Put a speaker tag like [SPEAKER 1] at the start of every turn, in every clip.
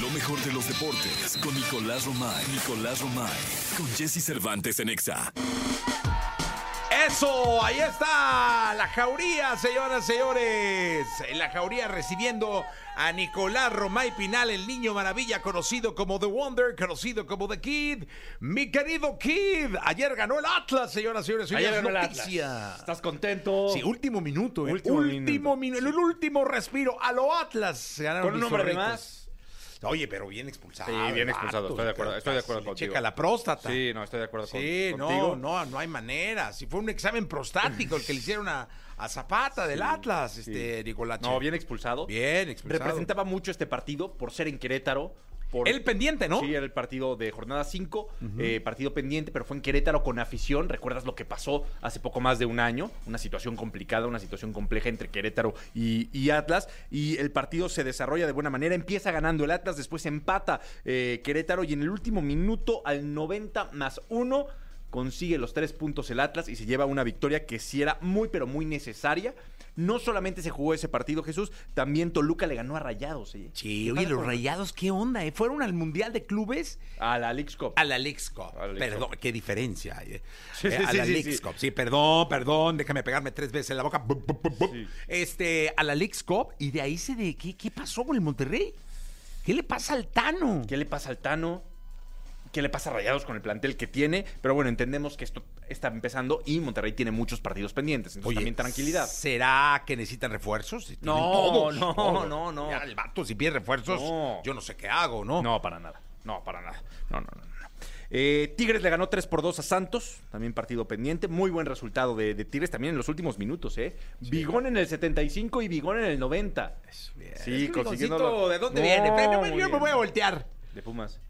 [SPEAKER 1] Lo mejor de los deportes con Nicolás Romay. Nicolás Romay. Con Jesse Cervantes en Exa.
[SPEAKER 2] Eso, ahí está la jauría, señoras y señores. La jauría recibiendo a Nicolás Romay Pinal, el niño maravilla, conocido como The Wonder, conocido como The Kid. Mi querido Kid, ayer ganó el Atlas, señoras y señores. Hoy
[SPEAKER 3] Ayer
[SPEAKER 2] es
[SPEAKER 3] ganó el
[SPEAKER 2] noticia.
[SPEAKER 3] Atlas. ¿Estás contento?
[SPEAKER 2] Sí, último minuto, ¿eh?
[SPEAKER 3] Último
[SPEAKER 2] Último,
[SPEAKER 3] minuto.
[SPEAKER 2] minuto. El último respiro. A lo Atlas se ganaron
[SPEAKER 3] Con un
[SPEAKER 2] mis
[SPEAKER 3] hombre de
[SPEAKER 2] zorritos.
[SPEAKER 3] más.
[SPEAKER 2] Oye, pero bien expulsado.
[SPEAKER 3] Sí, bien
[SPEAKER 2] el
[SPEAKER 3] expulsado, estoy de acuerdo,
[SPEAKER 2] pero
[SPEAKER 3] estoy de
[SPEAKER 2] casi
[SPEAKER 3] acuerdo
[SPEAKER 2] le
[SPEAKER 3] contigo.
[SPEAKER 2] Checa la próstata.
[SPEAKER 3] Sí, no, estoy de acuerdo con-
[SPEAKER 2] Sí, no,
[SPEAKER 3] contigo.
[SPEAKER 2] no, no hay manera. Si fue un examen prostático el que le hicieron a, a Zapata del Atlas, este Nicolás.
[SPEAKER 3] No, bien expulsado.
[SPEAKER 2] Bien expulsado.
[SPEAKER 3] Representaba mucho este partido por ser en Querétaro. Por...
[SPEAKER 2] El pendiente, ¿no?
[SPEAKER 3] Sí, era el partido de jornada 5, partido pendiente, pero fue en Querétaro con afición. ¿Recuerdas lo que pasó hace poco más de un año? Una situación complicada, una situación compleja entre Querétaro y, y Atlas. Y el partido se desarrolla de buena manera. Empieza ganando el Atlas, después empata eh, Querétaro y en el último minuto, al 90 más 1, consigue los tres puntos el Atlas y se lleva una victoria que sí era muy, pero muy necesaria. No solamente se jugó ese partido, Jesús, también Toluca le ganó a Rayados. ¿eh?
[SPEAKER 2] Sí, oye, los rayados, ¿qué onda? eh? Fueron al Mundial de Clubes
[SPEAKER 3] A la Leagues Cup.
[SPEAKER 2] a la Lex Cup.
[SPEAKER 3] A la Leagues
[SPEAKER 2] Perdón, qué diferencia. eh.
[SPEAKER 3] Sí,
[SPEAKER 2] Eh,
[SPEAKER 3] sí,
[SPEAKER 2] a
[SPEAKER 3] sí,
[SPEAKER 2] la
[SPEAKER 3] sí,
[SPEAKER 2] Leagues
[SPEAKER 3] sí.
[SPEAKER 2] Cup. Sí, perdón, perdón, déjame pegarme tres veces en la boca. Bup, bup, bup, bup.
[SPEAKER 3] Sí.
[SPEAKER 2] Este, a la Leagues Cup y de ahí se de ¿qué, qué pasó con el Monterrey? ¿Qué le pasa al Tano?
[SPEAKER 3] ¿Qué le pasa al Tano? ¿Qué le pasa a Rayados con el plantel que tiene? Pero bueno, entendemos que esto está empezando y Monterrey tiene muchos partidos pendientes. Entonces Pues también tranquilidad.
[SPEAKER 2] ¿Será que necesitan refuerzos? Si tienen
[SPEAKER 3] No,
[SPEAKER 2] todos,
[SPEAKER 3] no,
[SPEAKER 2] todos.
[SPEAKER 3] no, no.
[SPEAKER 2] Ya, el vato, si pide refuerzos,
[SPEAKER 3] No.
[SPEAKER 2] yo no sé qué hago, ¿no?
[SPEAKER 3] No, para nada. No, para nada. No, no, no. no. Eh, Tigres le ganó 3 por 2 a Santos, también partido pendiente. Muy buen resultado de, de Tigres también en los últimos minutos, ¿eh? Vigón en el 75 y Vigón en el 90. Sí,
[SPEAKER 2] Pues, Es que
[SPEAKER 3] consiguiendo
[SPEAKER 2] Bigoncito,
[SPEAKER 3] lo-
[SPEAKER 2] ¿De dónde
[SPEAKER 3] No,
[SPEAKER 2] viene? Pero
[SPEAKER 3] muy
[SPEAKER 2] yo me
[SPEAKER 3] bien.
[SPEAKER 2] voy a voltear.
[SPEAKER 3] De Pumas.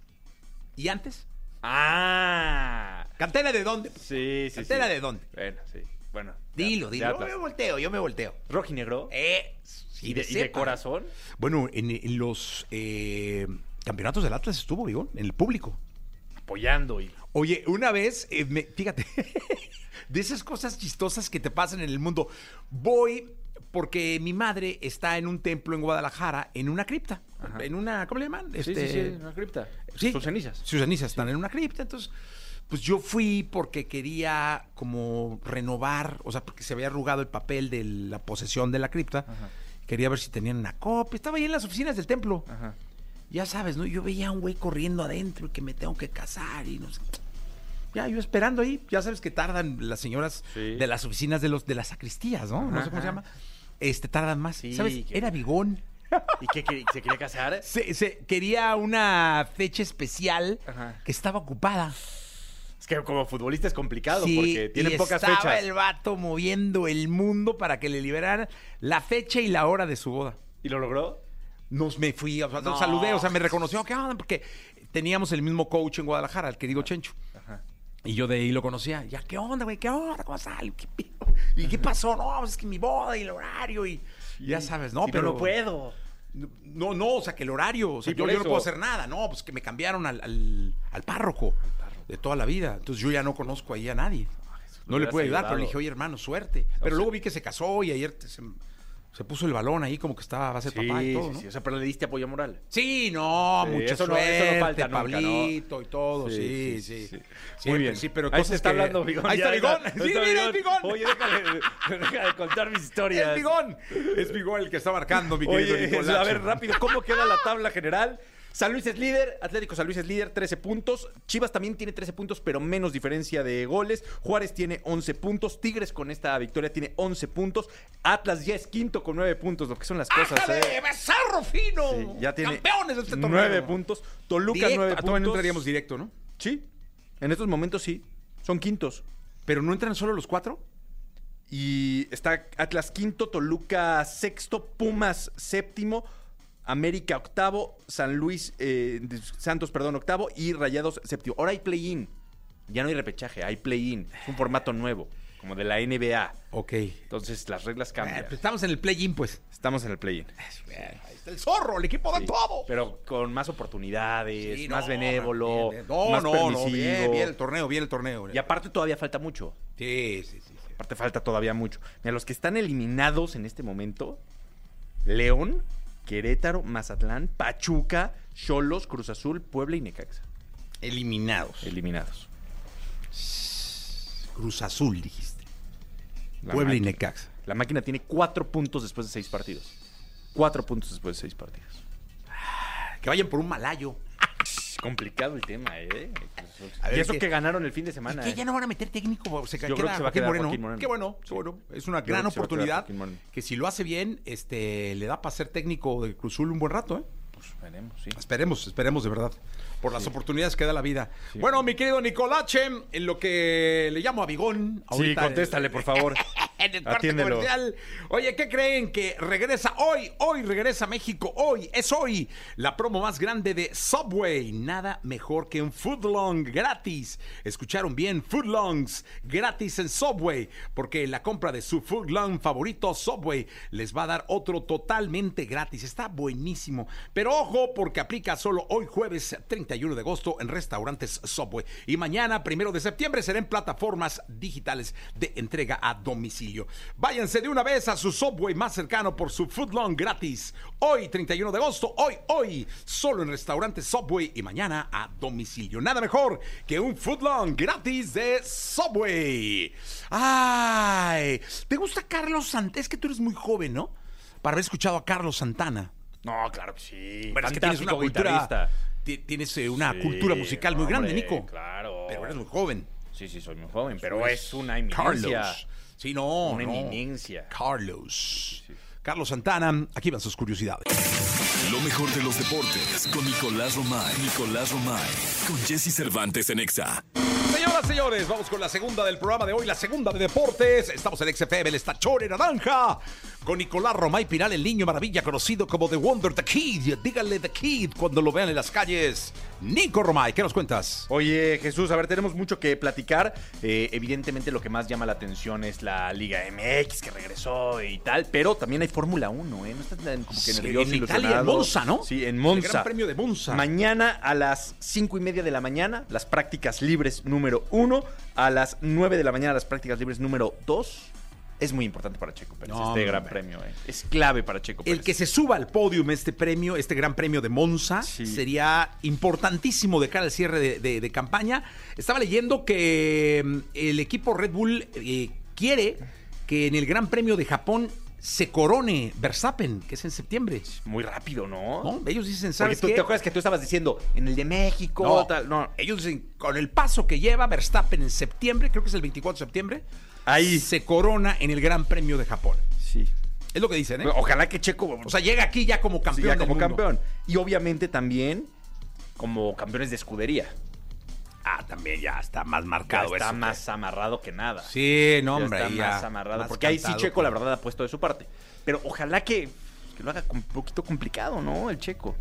[SPEAKER 2] ¿Y antes?
[SPEAKER 3] ¡Ah!
[SPEAKER 2] ¿Cantera de dónde?
[SPEAKER 3] Sí, sí, sí.
[SPEAKER 2] ¿Cantera de dónde?
[SPEAKER 3] Bueno, sí. Bueno. de-
[SPEAKER 2] Dilo,
[SPEAKER 3] de
[SPEAKER 2] dilo. Yo
[SPEAKER 3] Atlas.
[SPEAKER 2] me volteo, yo me volteo.
[SPEAKER 3] Rojinegro.
[SPEAKER 2] Eh,
[SPEAKER 3] y, de, y de corazón.
[SPEAKER 2] Bueno, en, en los eh, campeonatos del Atlas estuvo Vigón, en el público.
[SPEAKER 3] apoyando y
[SPEAKER 2] Oye, una vez, eh, me- fíjate, de esas cosas chistosas que te pasan en el mundo, voy porque mi madre está en un templo en Guadalajara, en una cripta,
[SPEAKER 3] Ajá.
[SPEAKER 2] en una, ¿cómo le llaman?
[SPEAKER 3] sí, sí, sí, una cripta.
[SPEAKER 2] Este, Sí.
[SPEAKER 3] Sus cenizas.
[SPEAKER 2] Sus cenizas están en una cripta, entonces, pues yo fui porque quería como renovar, o sea, porque se había arrugado el papel de la posesión de la cripta.
[SPEAKER 3] Ajá.
[SPEAKER 2] Quería ver si tenían una copia. Estaba ahí en las oficinas del templo.
[SPEAKER 3] Ajá.
[SPEAKER 2] Ya sabes, ¿no? Yo veía a un güey corriendo adentro y que me tengo que casar y no sé. qué. Ya, yo esperando ahí. Ya sabes que tardan las señoras
[SPEAKER 3] Sí.
[SPEAKER 2] de las oficinas de, los, de las sacristías, ¿no? No sé cómo se
[SPEAKER 3] Ajá.
[SPEAKER 2] llama. Este, tardan más.
[SPEAKER 3] Sí,
[SPEAKER 2] ¿Sabes?
[SPEAKER 3] que-
[SPEAKER 2] Era bigón.
[SPEAKER 3] ¿Y qué, qué- se quería casar?
[SPEAKER 2] Se, se- quería una fecha especial
[SPEAKER 3] Ajá.
[SPEAKER 2] que estaba ocupada.
[SPEAKER 3] Es que como futbolista es complicado
[SPEAKER 2] Sí,
[SPEAKER 3] porque
[SPEAKER 2] y
[SPEAKER 3] tienen pocas
[SPEAKER 2] estaba
[SPEAKER 3] fechas.
[SPEAKER 2] el vato moviendo el mundo para que le liberaran la fecha y la hora de su boda.
[SPEAKER 3] ¿Y lo logró?
[SPEAKER 2] Nos me fui, o sea,
[SPEAKER 3] No.
[SPEAKER 2] saludé, o sea, me reconoció, ¿qué onda? Porque teníamos el mismo coach en Guadalajara, el querido Chencho.
[SPEAKER 3] Ajá.
[SPEAKER 2] Y yo de ahí lo conocía. Ya, ¿qué onda, güey? ¿Qué onda? ¿Cómo sale? ¿Qué pedo? ¿Y qué pasó? No, pues es que mi boda y el horario y... Ya sabes, ¿no?
[SPEAKER 3] Si no puedo.
[SPEAKER 2] No, no, o sea, que el horario, o sea,
[SPEAKER 3] Sí,
[SPEAKER 2] yo,
[SPEAKER 3] por
[SPEAKER 2] yo no
[SPEAKER 3] eso.
[SPEAKER 2] puedo hacer nada, no, pues que me cambiaron al, al- al párroco de toda la vida. Entonces yo ya no conozco ahí a nadie. No le
[SPEAKER 3] hubieras
[SPEAKER 2] puedo ayudar, pero le
[SPEAKER 3] Ah, ayudado.
[SPEAKER 2] dije, oye, hermano, suerte. Pero
[SPEAKER 3] sea-
[SPEAKER 2] luego vi que se casó y ayer te- se, se puso el balón ahí como que estaba, va a ser
[SPEAKER 3] Sí,
[SPEAKER 2] papá y todo,
[SPEAKER 3] sí,
[SPEAKER 2] ¿no?
[SPEAKER 3] sí, O sea, pero le diste apoyo moral.
[SPEAKER 2] Sí, no,
[SPEAKER 3] Sí,
[SPEAKER 2] mucha
[SPEAKER 3] eso no- eso no
[SPEAKER 2] suerte,
[SPEAKER 3] falta nunca,
[SPEAKER 2] Pablito y todo, Pues sí, sí.
[SPEAKER 3] Sí, sí, sí. Muy bien.
[SPEAKER 2] sí, pero
[SPEAKER 3] Ahí
[SPEAKER 2] cosas
[SPEAKER 3] se está
[SPEAKER 2] que-
[SPEAKER 3] hablando Bigón.
[SPEAKER 2] Ahí
[SPEAKER 3] ya,
[SPEAKER 2] está Bigón,
[SPEAKER 3] ahí está
[SPEAKER 2] sí, mira, el Bigón.
[SPEAKER 3] Oye, déjale, deja de contar mis historias.
[SPEAKER 2] Es Bigón, es Bigón el que está marcando, mi querido
[SPEAKER 3] Oye,
[SPEAKER 2] Nicolache.
[SPEAKER 3] a ver, rápido, ¿cómo queda la tabla general? San Luis es líder, Atlético San Luis es líder, 13 puntos. Chivas también tiene 13 puntos, pero menos diferencia de goles. Juárez tiene 11 puntos. Tigres con esta victoria tiene 11 puntos. Atlas ya es quinto con 9 puntos, lo que son las cosas.
[SPEAKER 2] ¡Ájale,
[SPEAKER 3] ¿eh?
[SPEAKER 2] Becerro Fino!
[SPEAKER 3] Sí, ya tiene
[SPEAKER 2] ¡Ah, ¡Campeones de este torneo!
[SPEAKER 3] 9 puntos. Toluca
[SPEAKER 2] Directo.
[SPEAKER 3] 9
[SPEAKER 2] Ah,
[SPEAKER 3] puntos.
[SPEAKER 2] todavía no entraríamos directo, ¿no?
[SPEAKER 3] Sí, en estos momentos sí, son quintos.
[SPEAKER 2] ¿Pero no entran solo los cuatro?
[SPEAKER 3] Y está Atlas quinto, Toluca sexto, Pumas séptimo, América octavo, San Luis, eh, de- Santos, perdón, octavo y Rayados séptimo. Ahora hay play-in. Ya no hay repechaje, hay play-in. Es un formato nuevo, como de la NBA.
[SPEAKER 2] Ok.
[SPEAKER 3] Entonces las reglas
[SPEAKER 2] Eh,
[SPEAKER 3] cambian.
[SPEAKER 2] pues estamos en el play-in, pues.
[SPEAKER 3] Estamos en el play-in.
[SPEAKER 2] Ahí está el zorro, el equipo de
[SPEAKER 3] Sí,
[SPEAKER 2] todo.
[SPEAKER 3] Pero con más oportunidades,
[SPEAKER 2] Sí, no,
[SPEAKER 3] más benévolo,
[SPEAKER 2] bien, bien. No,
[SPEAKER 3] más
[SPEAKER 2] no,
[SPEAKER 3] permisivo.
[SPEAKER 2] no, bien, bien el torneo, bien el torneo.
[SPEAKER 3] Y aparte todavía falta mucho.
[SPEAKER 2] Sí, sí, sí. sí.
[SPEAKER 3] Aparte falta todavía mucho. Mira, los que están eliminados en este momento, León Querétaro, Mazatlán, Pachuca, Cholos, Cruz Azul, Puebla y Necaxa.
[SPEAKER 2] Eliminados.
[SPEAKER 3] Eliminados.
[SPEAKER 2] Cruz Azul, dijiste.
[SPEAKER 3] La
[SPEAKER 2] Puebla y
[SPEAKER 3] máquina.
[SPEAKER 2] Necaxa.
[SPEAKER 3] La máquina tiene cuatro puntos después de seis partidos. Cuatro puntos después de seis partidos.
[SPEAKER 2] Que vayan por un malayo.
[SPEAKER 3] Complicado el tema, ¿eh?
[SPEAKER 2] A ver,
[SPEAKER 3] y eso
[SPEAKER 2] que-
[SPEAKER 3] que ganaron el fin de
[SPEAKER 2] Y
[SPEAKER 3] semana.
[SPEAKER 2] que
[SPEAKER 3] ¿eh?
[SPEAKER 2] ya no van a meter técnico. Se
[SPEAKER 3] Yo
[SPEAKER 2] queda
[SPEAKER 3] creo que se va a
[SPEAKER 2] Joaquín
[SPEAKER 3] quedar
[SPEAKER 2] Moreno.
[SPEAKER 3] Joaquín Moreno.
[SPEAKER 2] Qué bueno, qué bueno. Es una
[SPEAKER 3] Yo creo
[SPEAKER 2] gran
[SPEAKER 3] que se va a quedar
[SPEAKER 2] oportunidad
[SPEAKER 3] Joaquín Moreno.
[SPEAKER 2] que si lo hace bien, este, le da para ser técnico de Cruz Azul un buen rato, ¿eh?
[SPEAKER 3] Pues, veremos, sí.
[SPEAKER 2] Esperemos, esperemos de verdad. Por las oportunidades que da la vida.
[SPEAKER 3] Sí.
[SPEAKER 2] Bueno, mi querido Nicolache, en lo que le llamo a Bigón.
[SPEAKER 3] Sí,
[SPEAKER 2] ahorita- eh,
[SPEAKER 3] contéstale, por favor.
[SPEAKER 2] en el corte
[SPEAKER 3] Atiéndelo.
[SPEAKER 2] comercial. Oye, ¿qué creen que regresa hoy? Hoy regresa a México. Hoy es hoy la promo más grande de Subway. Nada mejor que un Foodlong gratis. Escucharon bien, Foodlongs gratis en Subway, porque la compra de su Foodlong favorito Subway les va a dar otro totalmente gratis. Está buenísimo. Pero ojo, porque aplica solo hoy jueves 31 de agosto en restaurantes Subway y mañana primero de septiembre será en plataformas digitales de entrega a domicilio. Váyanse de una vez a su Subway más cercano por su Foodlong gratis. Hoy, 31 de agosto, hoy, hoy, solo en restaurantes Subway y mañana a domicilio. Nada mejor que un Foodlong gratis de Subway. ¡Ay! ¿Te gusta Carlos Santana? Es que tú eres muy joven, ¿no? Para haber escuchado a Carlos Santana.
[SPEAKER 3] No, claro que sí.
[SPEAKER 2] Bueno, es que tienes una
[SPEAKER 3] Fantástico
[SPEAKER 2] cultura,
[SPEAKER 3] guitarrista.
[SPEAKER 2] ti- tienes eh, una
[SPEAKER 3] Sí,
[SPEAKER 2] cultura musical muy grande,
[SPEAKER 3] hombre,
[SPEAKER 2] Nico.
[SPEAKER 3] Claro.
[SPEAKER 2] Pero eres muy joven.
[SPEAKER 3] Sí, sí, soy muy joven, pero es una eminencia.
[SPEAKER 2] Pues Carlos. Sí, no.
[SPEAKER 3] Una
[SPEAKER 2] no.
[SPEAKER 3] eminencia.
[SPEAKER 2] Carlos. Carlos Santana, aquí van sus curiosidades.
[SPEAKER 1] Lo mejor de los deportes con Nicolás Romay. Nicolás Romay. Con Jesse Cervantes en Exa.
[SPEAKER 2] Señoras, señores, vamos con la segunda del programa de hoy, la segunda de deportes. Estamos en XFM, el Estachore Naranja, con Nicolás Romay Pinal, el niño maravilla conocido como The Wonder, The Kid. Díganle The Kid cuando lo vean en las calles. Nico Romay, ¿qué nos cuentas?
[SPEAKER 3] Oye, Jesús, a ver, tenemos mucho que platicar. Eh, evidentemente, lo que más llama la atención es la Liga MX que regresó y tal, pero también hay Fórmula 1, ¿eh? No estás tan como que
[SPEAKER 2] Sí,
[SPEAKER 3] nervioso,
[SPEAKER 2] en Italia,
[SPEAKER 3] ilusionado.
[SPEAKER 2] en Monza, ¿no?
[SPEAKER 3] Sí, en
[SPEAKER 2] El
[SPEAKER 3] Monza.
[SPEAKER 2] Gran Premio de Monza.
[SPEAKER 3] Mañana a las cinco y media de la mañana, las prácticas libres número uno. A las 9 de la mañana, las prácticas libres número 2. Es muy importante para Checo Pérez
[SPEAKER 2] No,
[SPEAKER 3] este gran
[SPEAKER 2] hombre.
[SPEAKER 3] premio, ¿eh? Es clave para Checo Pérez.
[SPEAKER 2] El que se suba al podium este premio, este gran premio de Monza,
[SPEAKER 3] Sí.
[SPEAKER 2] sería importantísimo de cara al cierre de, de- de campaña. Estaba leyendo que mm, el equipo Red Bull eh, quiere que en el gran premio de Japón se corone Verstappen, que es en septiembre.
[SPEAKER 3] Muy rápido, ¿no?
[SPEAKER 2] ¿no? Ellos dicen,
[SPEAKER 3] Porque
[SPEAKER 2] ¿sabes
[SPEAKER 3] tú
[SPEAKER 2] qué?
[SPEAKER 3] te acuerdas que tú estabas diciendo en el de México,
[SPEAKER 2] No,
[SPEAKER 3] tal. No,
[SPEAKER 2] ellos dicen, con el paso que lleva Verstappen en septiembre, creo que es el 24 de septiembre,
[SPEAKER 3] Ahí.
[SPEAKER 2] se corona en el gran premio de Japón.
[SPEAKER 3] Sí.
[SPEAKER 2] Es lo que dicen, ¿eh?
[SPEAKER 3] Ojalá que Checo
[SPEAKER 2] O sea, llega aquí ya como campeón.
[SPEAKER 3] siga
[SPEAKER 2] del
[SPEAKER 3] como
[SPEAKER 2] mundo.
[SPEAKER 3] campeón. Y obviamente también como campeones de escudería.
[SPEAKER 2] Ah, también ya está más
[SPEAKER 3] Ya
[SPEAKER 2] marcado
[SPEAKER 3] está
[SPEAKER 2] eso,
[SPEAKER 3] más amarrado que nada.
[SPEAKER 2] Sí,
[SPEAKER 3] Ya
[SPEAKER 2] no, hombre.
[SPEAKER 3] está
[SPEAKER 2] ya,
[SPEAKER 3] más amarrado.
[SPEAKER 2] más
[SPEAKER 3] porque ahí sí
[SPEAKER 2] cantado,
[SPEAKER 3] Checo, la
[SPEAKER 2] pero-
[SPEAKER 3] verdad, ha puesto de su parte. Pero ojalá que, que lo haga un poquito complicado, ¿no? El Checo.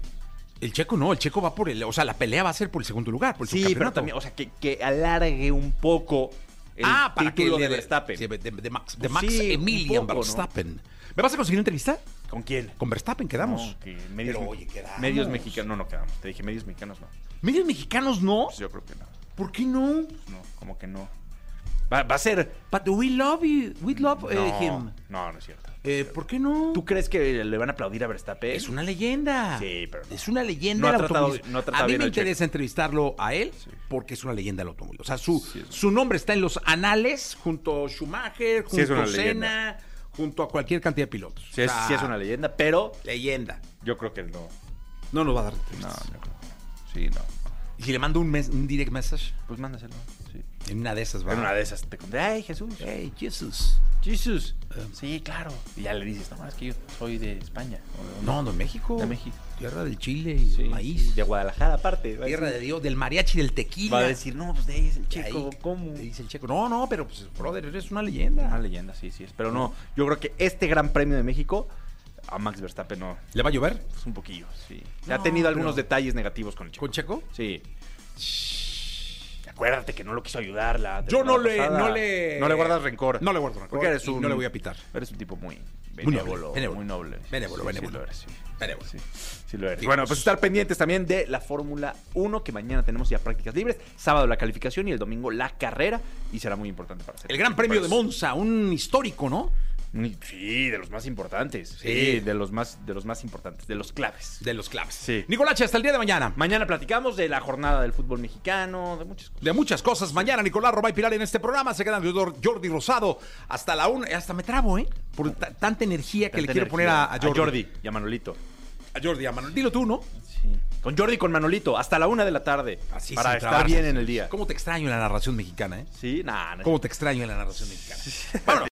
[SPEAKER 2] El Checo no, el Checo va por el. O sea, la pelea va a ser por el segundo lugar, por el
[SPEAKER 3] Sí, pero
[SPEAKER 2] subcampeonato.
[SPEAKER 3] también, o sea, que, que alargue un poco el
[SPEAKER 2] ah, para que
[SPEAKER 3] título
[SPEAKER 2] le
[SPEAKER 3] de
[SPEAKER 2] dé-
[SPEAKER 3] Verstappen.
[SPEAKER 2] sí, De, de Max, de
[SPEAKER 3] Pues
[SPEAKER 2] Max
[SPEAKER 3] sí, un
[SPEAKER 2] Emilian
[SPEAKER 3] poco, ¿no?
[SPEAKER 2] Verstappen. ¿Me vas a conseguir entrevista?
[SPEAKER 3] ¿Con quién?
[SPEAKER 2] Con Verstappen quedamos.
[SPEAKER 3] No, que medios,
[SPEAKER 2] Pero, oye, quedamos.
[SPEAKER 3] medios mexicanos. No, no quedamos. Te dije medios mexicanos, no.
[SPEAKER 2] Medios mexicanos no.
[SPEAKER 3] Pues yo creo que no.
[SPEAKER 2] ¿Por qué no?
[SPEAKER 3] Pues no, como que no. Va, va a ser.
[SPEAKER 2] But we love you. We love eh,
[SPEAKER 3] no,
[SPEAKER 2] him.
[SPEAKER 3] no, no es cierto.
[SPEAKER 2] Eh, ¿Por qué no?
[SPEAKER 3] ¿Tú crees que le van a aplaudir a Verstappen?
[SPEAKER 2] Es una leyenda.
[SPEAKER 3] Sí, pero no.
[SPEAKER 2] Es una leyenda
[SPEAKER 3] No ha
[SPEAKER 2] del
[SPEAKER 3] tratado-
[SPEAKER 2] automovilismo.
[SPEAKER 3] no ha tratado
[SPEAKER 2] a mí
[SPEAKER 3] bien
[SPEAKER 2] me
[SPEAKER 3] al Checo.
[SPEAKER 2] interesa entrevistarlo a él porque es una leyenda del automóvil. O sea, su,
[SPEAKER 3] Sí, es una-
[SPEAKER 2] su nombre está en los anales junto a Schumacher,
[SPEAKER 3] Sí, es
[SPEAKER 2] junto a
[SPEAKER 3] una leyenda.
[SPEAKER 2] Senna, junto a cualquier cantidad de pilotos.
[SPEAKER 3] Sí es,
[SPEAKER 2] O sea,
[SPEAKER 3] sí es una leyenda, pero
[SPEAKER 2] leyenda.
[SPEAKER 3] Ah. yo creo que no.
[SPEAKER 2] No nos va a dar
[SPEAKER 3] No,
[SPEAKER 2] entrevistas.
[SPEAKER 3] yo creo que no. Sí, no.
[SPEAKER 2] Y si le mando un, mes- un direct message,
[SPEAKER 3] Pues mándaselo. Sí. Ah. Eh.
[SPEAKER 2] en una de esas va.
[SPEAKER 3] En una de esas te conté, ay, Jesús.
[SPEAKER 2] Hey, Jesus.
[SPEAKER 3] Jesús. Sí, claro. Y ya le dices, no, es que yo soy de España. o de dónde".
[SPEAKER 2] No, no, en México.
[SPEAKER 3] De México.
[SPEAKER 2] Tierra del chile y
[SPEAKER 3] Sí,
[SPEAKER 2] maíz.
[SPEAKER 3] sí, de Guadalajara, aparte. Va a
[SPEAKER 2] Tierra de
[SPEAKER 3] decir-
[SPEAKER 2] Dios, del mariachi, del tequila.
[SPEAKER 3] Va a decir, no, pues de ahí es el
[SPEAKER 2] Y ahí
[SPEAKER 3] checo. ¿Cómo?
[SPEAKER 2] te Dice el checo. No, no, pero pues, brother, eres una leyenda.
[SPEAKER 3] Una leyenda, sí, sí es. Pero no, yo creo que este Gran Premio de México a Max Verstappen no.
[SPEAKER 2] ¿Le va a llover?
[SPEAKER 3] Es un poquillo, sí.
[SPEAKER 2] No,
[SPEAKER 3] ha tenido algunos
[SPEAKER 2] pero-
[SPEAKER 3] detalles negativos con el checo.
[SPEAKER 2] ¿Con Checo?
[SPEAKER 3] Sí. Acuérdate que no lo quiso ayudar la
[SPEAKER 2] Yo no
[SPEAKER 3] temporada
[SPEAKER 2] le-
[SPEAKER 3] pasada.
[SPEAKER 2] no le-
[SPEAKER 3] No le guardas rencor.
[SPEAKER 2] No le guardo rencor
[SPEAKER 3] Porque eres
[SPEAKER 2] y
[SPEAKER 3] un...
[SPEAKER 2] no le voy a pitar.
[SPEAKER 3] Eres un tipo muy...
[SPEAKER 2] noble,
[SPEAKER 3] Benévolo. Muy noble.
[SPEAKER 2] benévolo. Benévolo,
[SPEAKER 3] Sí,
[SPEAKER 2] benévolo.
[SPEAKER 3] Sí, lo eres, sí.
[SPEAKER 2] Benévolo.
[SPEAKER 3] Sí, sí lo eres.
[SPEAKER 2] Sí.
[SPEAKER 3] Bueno, pues estar pendientes también de la Fórmula 1, que mañana tenemos ya prácticas libres. Sábado la calificación y el domingo la carrera. Y será muy importante para hacer.
[SPEAKER 2] El Gran Premio de Monza, un histórico, ¿no?
[SPEAKER 3] Ni- Sí, de los más importantes. Sí, de, los más, de los más importantes, de los claves.
[SPEAKER 2] De los claves.
[SPEAKER 3] Sí.
[SPEAKER 2] Nicolache, hasta el día de mañana.
[SPEAKER 3] Mañana platicamos de la jornada del fútbol mexicano, de muchas cosas.
[SPEAKER 2] De muchas cosas. Mañana Nicolás Romay Pilar en este programa. Se quedan de Jor- Jordi Rosado hasta la una. Hasta me trabo, ¿eh? Por ta- tanta energía que le
[SPEAKER 3] Tanta
[SPEAKER 2] quiero
[SPEAKER 3] energía.
[SPEAKER 2] poner a, a Jordi.
[SPEAKER 3] y a Manolito.
[SPEAKER 2] A Jordi, a Manuel. Dilo tú, ¿no?
[SPEAKER 3] Sí. Con Jordi y con Manolito, hasta la una de la tarde.
[SPEAKER 2] Así
[SPEAKER 3] para
[SPEAKER 2] sin
[SPEAKER 3] estar
[SPEAKER 2] trabarse.
[SPEAKER 3] bien en el día.
[SPEAKER 2] ¿Cómo te extraño en la narración mexicana, eh?
[SPEAKER 3] Sí, nada.
[SPEAKER 2] ¿Cómo te extraño en la narración mexicana? Vámonos.